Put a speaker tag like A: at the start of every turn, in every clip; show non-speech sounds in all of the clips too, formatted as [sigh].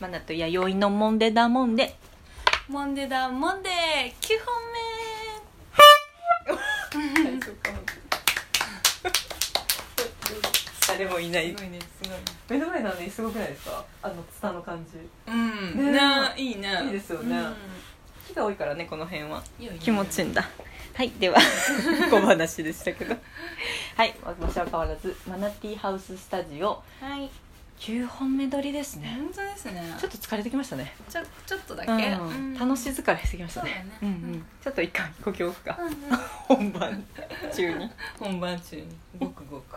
A: マナと弥生のモンデダモンデ
B: モンデだモンデー9
A: 誰もいな
B: 本目
A: い
B: すごいねすごい
A: 目の前なのにすごくないですかあのツタの感じ
B: うん
A: ね
B: ねいいね
A: いいですよね木が多いからねこの辺は
B: うんいいよいいよ
A: 気持ちいいんだはいで [laughs] は小話でしたけどはい私は変わらずマナティーハウススタジオ
B: はい
A: 9本目撮りですね
B: 本当ですね
A: ちょっと疲れてきましたね
B: ちょちょっとだけ、
A: うん楽し
B: い
A: 疲れしてきましたね
B: そうだね
A: んうん、ちょっと一回呼吸か、
B: うんうん
A: 本番中に
B: 本番中にごくごく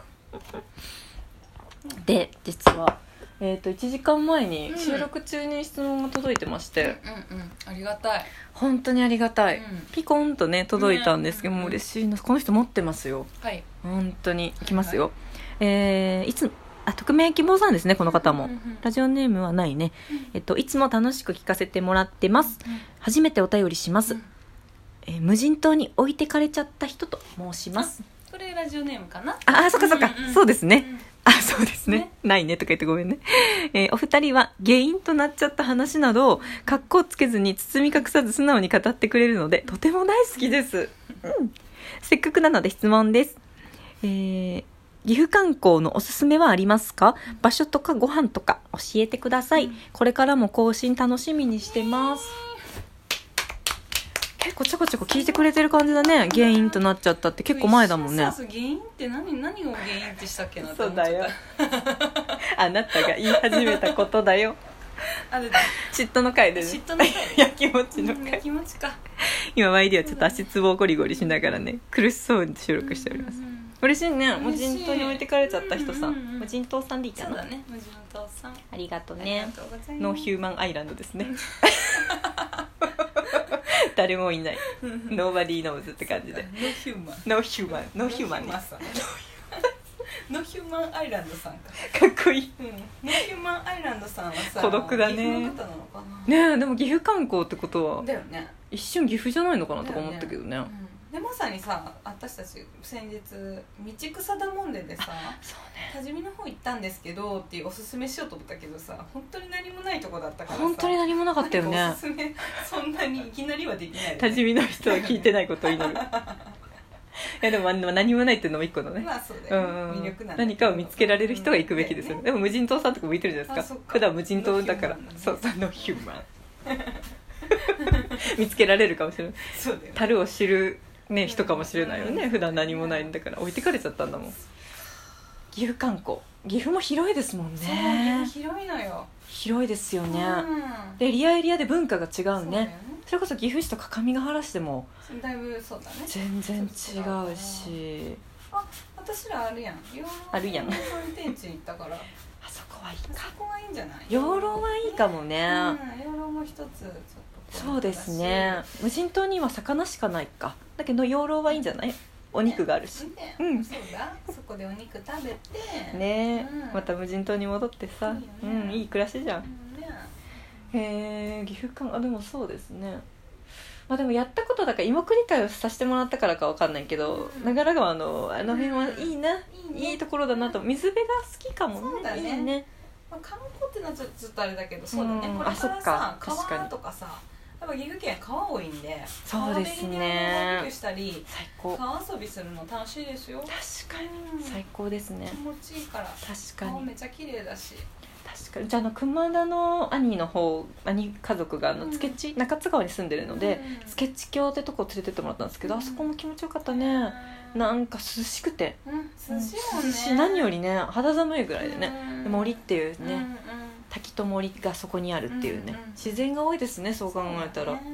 A: で実は、えー、と1時間前に
B: うん
A: 収録中に質問が届いてまして、
B: うんうんありがたい、
A: 本当にありがたい、
B: うん
A: ピコンとね届いたんですけど、
B: ね
A: もう嬉しいなこの人持ってますよ
B: はい
A: 本当にいきますよ、えーいつあ匿名希望さんですねこの方も、
B: うんうん
A: ラジオネームはないね、えっと、いつも楽しく聞かせてもらってます初めてお便りします、
B: うん
A: えー無人島に置いてかれちゃった人と申します
B: これラジオネームかな
A: ああそっかそっか、
B: うんうん
A: そうですね、
B: うん
A: あそうですね
B: ね
A: ないねとか言ってごめんね、えーお二人は原因となっちゃった話などを格好つけずに包み隠さず素直に語ってくれるのでとても大好きです、うんせっかくなので質問です、えー岐阜観光のおすすめはありますか場所とかご飯とか教えてください、
B: うん
A: これからも更新楽しみにしてます結構ちょこちょこ聞いてくれてる感じだね原因となっちゃったって結構前だもんね
B: そうそう原因って何何を原因ってしたっけなって
A: そ
B: 思
A: う
B: っちゃっ
A: だ
B: た
A: よあなたが言い始めたことだよ
B: [laughs] あれだ
A: 嫉妬の回でね
B: 嫉
A: [laughs]
B: 妬の回
A: やきもちの
B: うん
A: 回
B: 気持ちか
A: [laughs] 今ワイディはちょっと足つぼをゴリゴリしながらね苦しそうに収録しております
B: うんうん
A: 嬉しいね無
B: 嬉しい
A: 人島に置いてかれちゃった人さん
B: うんうんうん
A: 無人島さんでいいか
B: そうだ
A: な
B: ね無人島さん
A: ありがとう
B: あ
A: ね
B: りがとうございます
A: ノーヒューマンアイランド
B: [laughs]
A: ですね誰もいないノーバディーノーズって感じで
B: ノーヒューマン
A: ノーヒューマンノーヒューマンです
B: さんノーヒューマンアイランドさんか
A: かっこいい
B: うんノーヒューマンアイランドさんはさ
A: 孤独だね
B: 岐阜の方なのかな
A: ねえでも岐阜観光ってことは
B: だよね
A: 一瞬岐阜じゃないのかなとか思ったけどね
B: うんでまさにさ私たち先日道草だもんででさ
A: そうね
B: 多治見の方行ったんですけどっていうおすすめしようと思ったけどさ本当に何もないとこだったからさ
A: 本当に何もなかったよね
B: 何かおすすめそんなにいきなりはできないよね
A: 多治見の人は聞いてないことを祈る [laughs] いやでもあの何もないっていうのも一個のね、
B: まあそうだ
A: う
B: よね
A: んうんうん
B: 魅力なんだけど
A: 何かを見つけられる人が行くべきですよね、
B: うん
A: でも無人島さんとかもいてるじゃないで
B: あ
A: す
B: そ
A: か
B: っか
A: 普段無人島だから
B: ノーヒューマンだね
A: そうそうノーヒューマン [laughs] 見つけられるかもしれない
B: そうだよね
A: 樽を知る、ね、人かもしれないよ
B: う
A: ね
B: ん
A: 普段何もないんだから置いてかれちゃったんだもん岐阜観光岐阜も広いですもん
B: そう
A: ね
B: 広いのよ、
A: 広いですよ
B: う
A: ね、
B: ん
A: でエリアエリアで文化が違う
B: そうだよ
A: ねそれこそ岐阜市と各務原市でも
B: だいぶそうだね
A: 全然違うし
B: あ私らあるやん養
A: あるやん
B: 老探検地行ったから
A: あそこはいい
B: そ
A: か
B: こはいいんじゃない
A: 養老はいいかもね、
B: うん養老も一つちょっと
A: そうですね無人島には魚しかないかだけど養老はいいんじゃないお肉があるし
B: ね
A: うん
B: そうだそこでお肉食べて
A: ねえ、
B: うん
A: また無人島に戻ってさ
B: いいよね
A: うん、いい暮らしじゃ
B: うんんね
A: へえ岐阜かあでもそうですねまあでもやったことだから芋繰り会をさせてもらったからかわかんないけど、
B: うん
A: 長良川のあの辺はいいな、
B: いいね
A: いいところだなと水辺が好きかもね
B: そうだね
A: いいね
B: まあ観光ってのはちょっとずっとあれだけどそうだね
A: うん
B: これか
A: あそ
B: ら
A: っか
B: さ
A: 確かに
B: 川とかさやっぱ岐阜県川多いんで
A: そうですね
B: 川べりでしたり
A: 最高確
B: 川遊びするの楽しいですよ
A: か
B: うん
A: に最高ですね
B: 気持ちいいから
A: 確か
B: 顔
A: に
B: めちゃ綺麗だし
A: 確かにじゃああの熊田の兄の方兄家族があの、
B: うん
A: スケッチ中津川に住んでるので、
B: うん
A: スケッチ橋ってとこ連れてってもらったんですけど、
B: うん
A: あそこも気持ちよかったね、なんか涼しくて
B: うん涼しいもん
A: 涼
B: ね
A: しい何よりね肌寒いぐらいでね、
B: うん
A: で森っていうね、
B: うんうん
A: 滝と森がそこにあるっていうね、
B: うんうん
A: 自然が多いですねそう考えたら、
B: そうだね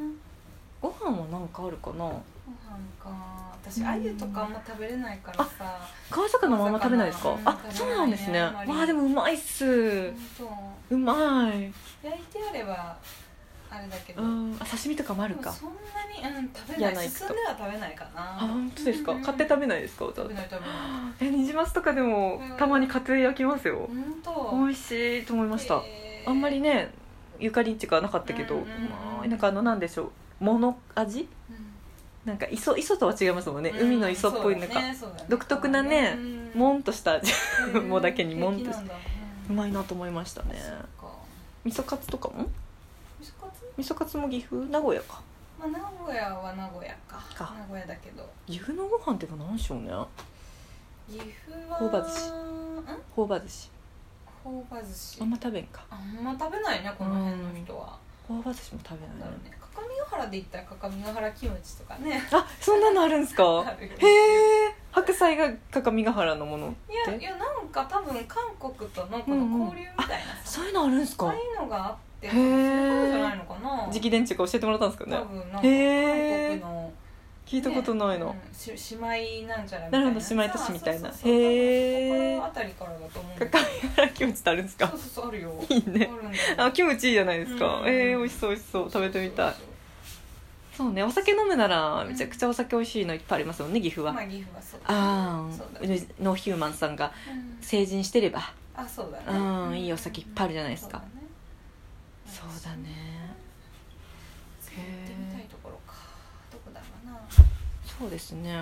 A: ご飯は何かあるかな
B: ご飯か私鮎とかあんま食べれないからさ
A: 川魚のまま食べないですか、
B: 川
A: あ
B: 魚
A: そうなんですね
B: う
A: わ
B: んあんまり
A: あでもうまいっす
B: 本
A: うまい、
B: 当焼いてあればあれだけど
A: う
B: でも
A: ん、あ刺身とかもあるか
B: そんなにうん食べ
A: いや
B: な
A: ないいと
B: 進んでは食べないかな
A: あ本当ですか、
B: うん
A: 買って食べないですかわざわ
B: 食
A: ざ
B: べない食べない
A: えニジマスとかでも
B: うん
A: たまに家庭焼きますよ、
B: 本当
A: 美味しいと思いました、
B: へー
A: あんまりねゆかりんちがなかったけど、
B: うんうんうん
A: まあなんかあのなんでしょう物味
B: うん
A: なんか磯磯とは違いますもんね、海の磯っぽいなんか、
B: うんそうだねそうだね
A: 独特なね
B: うん
A: もんとした味
B: う
A: [laughs]
B: ん
A: もだけにもんとし
B: 平気なんだ
A: うまいなと思いました
B: うん
A: ね
B: そっか
A: 味噌カツとかも
B: 味噌カツ
A: 味噌カツも岐阜名古屋か
B: まあ名古屋は名古屋か
A: か
B: 名古屋だけど
A: 岐阜のご飯って何でしょうね
B: 岐阜は
A: 朴葉寿司
B: ん
A: 朴葉寿司
B: 朴葉寿司
A: あんま食べんか
B: あんま食べないねこの辺の人は
A: 朴葉寿司も食べ
B: なんだ
A: ないね
B: ろうね各務原で行ったら各務原キムチとかね
A: あそんなのあるんですか
B: あるよ
A: へえ白菜が各務原のもの
B: いや
A: で
B: いやなんか多分韓国とのこの交流みたいなさ、
A: そういうのあるんです
B: あ
A: か
B: あいうのがあって
A: へ
B: そういうことじゃ
A: え
B: ないのかな
A: 直伝中か教えてもらったんですかね
B: 多分なんか韓
A: へー
B: 国の
A: 聞いたことないの、
B: うんし姉妹なんじゃない
A: な
B: みた
A: る
B: いな
A: ほど姉妹都市みたいな
B: そうそうそ
A: へ
B: う
A: ー
B: 多分そこあたりからだと思うんだけど
A: 各務原キムチってあるんです
B: そう
A: か
B: そうそうあるよ
A: いいね
B: あるんだよ
A: あキムチいいじゃないですか、
B: うん
A: えー、美味しそう美味しそう食べてみたい
B: そうそう
A: そうねお酒飲むならめちゃくちゃお酒美味しいのいっぱいありますもんね岐阜
B: そう
A: は、
B: まあ岐阜はそうだね
A: あ
B: そうだ
A: あ、
B: ね
A: ノーヒューマンさんが
B: うん
A: 成人してれば
B: あそうだね
A: うんいいお酒いっぱいあるじゃないですかそ
B: そうう
A: だ
B: だね
A: ね
B: そう行ってみたいところかどこだろうな
A: そうですね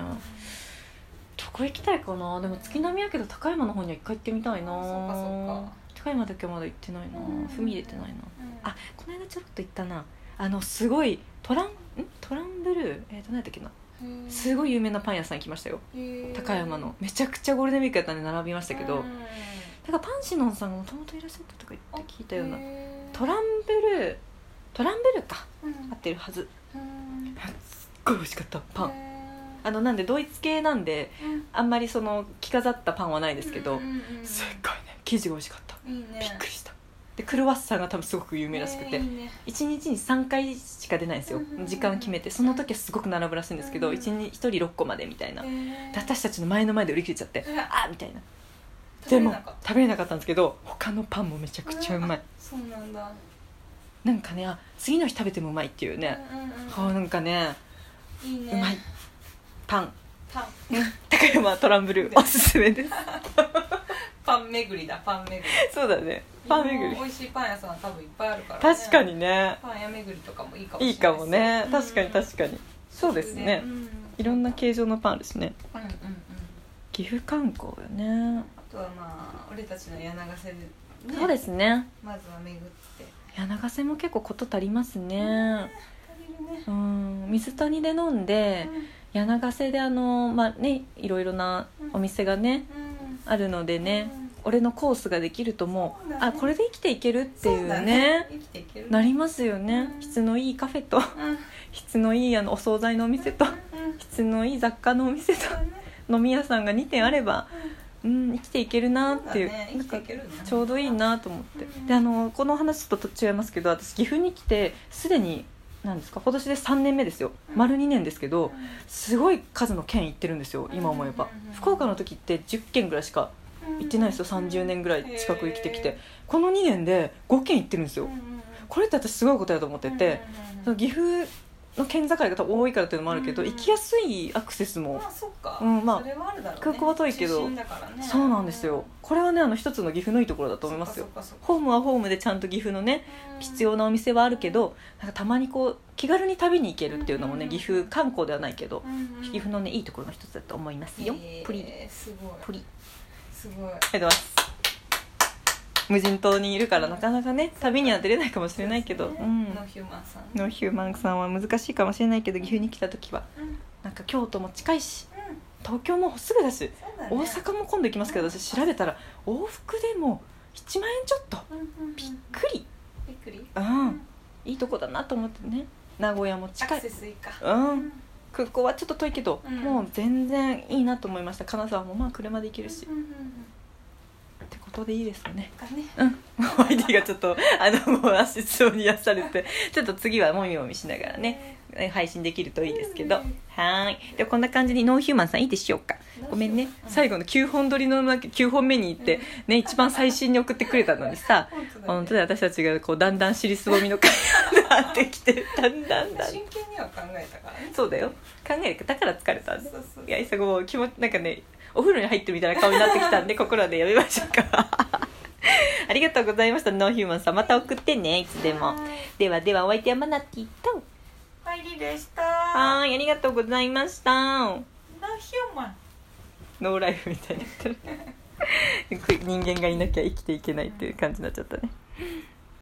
A: どこ行きたいかなでも月並みやけど高山の方には一回行ってみたいな
B: そうかそうか
A: 高山だけはまだ行ってないな
B: うん
A: 踏み入れてないな
B: うん
A: あこの間ちょろっと行ったなあのすごいトランんトランブルーえっ、と何やったっけな
B: へー
A: すごい有名なパン屋さん行きましたよ
B: へー
A: 高山のめちゃくちゃゴールデンウィークやったんで並びましたけど、
B: うん
A: なんかパンシノンさんがもともといらっしゃったとか言って聞いたような
B: へー
A: トランブルートランブルーか
B: うん
A: 合ってるはず
B: うん
A: すっごい美味しかったパン
B: へー
A: あのなんでドイツ系なんで
B: うん
A: あんまりその着飾ったパンはないですけど、
B: うんうんうん
A: すっごいね生地が美味しかった、
B: いいね
A: びっくりしたでクロワッサンが多分すごく有名らしくて、
B: ねいいね
A: 一日に3回しか出ないんですよ
B: うんうんうん
A: 時間決めてその時はすごく並ぶらしいんですけど、
B: うん
A: 一日1人6個までみたいな、
B: へ
A: で
B: ー
A: 私たちの前の前で売り切れちゃって、
B: うん
A: あーみたいな
B: 食
A: で
B: べれ
A: も
B: なかった
A: 食べれなかったんですけど他のパンもめちゃくちゃうまい、
B: んあそうなんだ
A: なんかねあ次の日食べてもうまいっていうね、
B: うんうんうん
A: あーなんかね
B: いいね
A: うまいパン
B: パン
A: 高山トランブルーおすすめです
B: [laughs] パン巡りだパン巡り
A: そうだねパン巡り
B: 美味しいパン屋さんは多分いっぱいあるから、ね、
A: 確かにね
B: パン屋巡りとかもいいかもしれない
A: いいかもね確かに
B: か
A: 確かにそうですね
B: うんうんうん、
A: いろんな形状のパンあるしね
B: うんうん
A: 岐阜観光よね
B: あとはまあ俺たちの柳瀬で、ね、
A: そうですね
B: まずは巡って
A: 柳瀬も結構こと足りますね
B: 食べるね
A: うん水谷で飲んで柳瀬であのまあねいろいろなお店がね
B: うんうん
A: あるのでね
B: うん
A: 俺のコースができるとも
B: そう
A: う
B: だね
A: あこれで生きていけるってい
B: そううだ
A: ね
B: 生きていける
A: なりますよね
B: うん
A: 質のいいカフェと [laughs]
B: うんうん
A: 質のいいあのお惣菜のお店と
B: うん
A: 質のいい雑貨のお店と
B: そうだね
A: 飲み屋さんが2点あれば、うん、生きていけるなっていう
B: そうだね
A: な
B: 生
A: ん
B: き
A: か
B: ていけるね
A: ちょうどいいなと思って、
B: うん
A: であのこの話ちょっと違いますけど私岐阜に来てすでに何ですか今年で3年目ですよ
B: うん
A: 丸2年ですけ
B: う
A: ど
B: ん
A: すごい数の県行ってるんですよ今思えば、
B: うんうんうん
A: 福岡の時って10県ぐらいしか行ってないですよ30年ぐらい近く生きてきて、この2年で5県行ってるんです
B: へー
A: よ、
B: うんうんうん
A: これって私すごいことやと思ってて、
B: うんうんうん
A: その岐阜の県境が多分多いからっていうのもあるけど、
B: うんうん
A: 行きやすいアクセスも
B: まあそっか、
A: うんまあ
B: それはあるだろうね、
A: 空港は遠いけど
B: 中心だからね
A: そうなんですよこれはねあの一つの岐阜のいいところだと思いますよ
B: そっかそっかそっか
A: ホームはホームでちゃんと岐阜のね必要なお店はあるけどなんかたまにこう気軽に食べに行けるっていうのもね
B: うんうん
A: 岐阜観光ではないけど
B: うんうん
A: 岐阜のねいいところの一つだと思いますよ
B: えー
A: プリ
B: すごい
A: プリ
B: すごい
A: ありがとうございます無人島にいるからなかなかね旅には出れないかもしれないけど
B: そ
A: う
B: うですね
A: ん
B: ノーヒューマンさんね
A: ノーヒューマンさんは難しいかもしれないけど岐阜に来た時は
B: うんうん
A: なんか京都も近いし東京もすぐだし
B: そうだね
A: 大阪も今度行きますけど私調べたら往復でも1万円ちょっと
B: うんうんうんびっ
A: くり
B: くり
A: う
B: うん
A: いいとこだなと思ってね名古屋も
B: ア
A: 近
B: ク
A: い
B: セスいいか
A: うん空港はちょっと遠いけど、
B: うん
A: もう全然いいなと思いました金沢もまあ車で行けるし、
B: うんうんうん
A: ってことでいいですよね
B: かね
A: うんもう ID がちょっ
B: [laughs]
A: とあのもうアシストに癒されてちょっと次はもみもみしながらねえ配信できるといいですけど、
B: うん
A: はーいでこんな感じにノーヒューマンさんいいでしょうかごめんね、最
B: 後
A: 後の9本撮りの9本目に行って、ね一番最新に送ってくれたのにさ
B: 本当だね
A: 本当で私たちがこうだんだん尻すぼみの会になってきてだんだんだん
B: 真剣には考えたからね
A: そうだよ考えるだから疲れたんだ
B: そうそう
A: いやいさもう気持ちなんかねお風呂に入ってるみたいな顔になってきたんでここらでやめましょうかありがとうございましたノーヒューマンさんまた送ってねいつでも
B: はい
A: ではではお相手はマナティと
B: 入りでした
A: は
B: ノ
A: ーいありがとうございました
B: ーヒューマン
A: ノーライフみたいになってる人間がいなきゃ生きていけないっていう感じになっちゃったね